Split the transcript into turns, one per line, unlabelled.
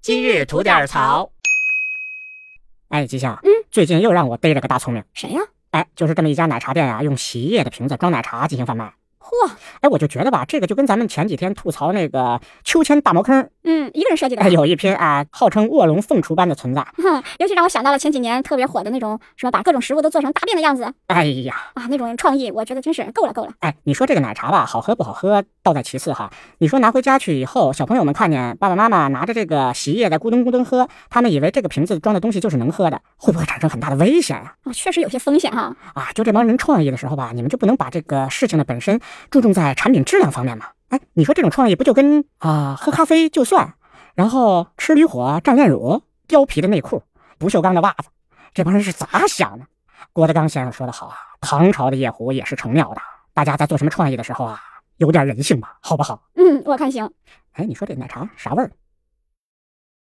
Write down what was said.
今日吐点槽。
哎，吉祥，
嗯，
最近又让我逮了个大聪明。
谁呀、
哎，就是这么一家奶茶店啊，用洗衣液的瓶子装奶茶进行贩卖。
嚯，
哎，我就觉得吧，这个就跟咱们前几天吐槽那个秋千大茅坑，
嗯，一个人设计的
哎，，有一拼啊，号称卧龙凤雏般的存在。
哼尤其让我想到了前几年特别火的那种什么把各种食物都做成大便的样子
哎呀，
啊，那种创意，我觉得真是够了够了。
哎，你说这个奶茶吧，好喝不好喝倒在其次哈。你说拿回家去以后，小朋友们看见爸爸妈妈拿着这个洗衣液在咕咚咕咚喝，他们以为这个瓶子装的东西就是能喝的，会不会产生很大的危险呀、
啊，确实有些风险哈、
啊，就这帮人创意的时候吧，你们就不能把这个事情的本身注重在产品质量方面吗？哎，你说这种创意不就跟啊、喝咖啡就算，然后吃驴火蘸炼乳、貂皮的内裤、不锈钢的袜子，这帮人是咋想的？郭德纲先生说得好啊，唐朝的夜壶也是盛尿的。大家在做什么创意的时候啊，有点人性吧，好不好？
嗯，我看行。
哎，你说这奶茶啥味儿？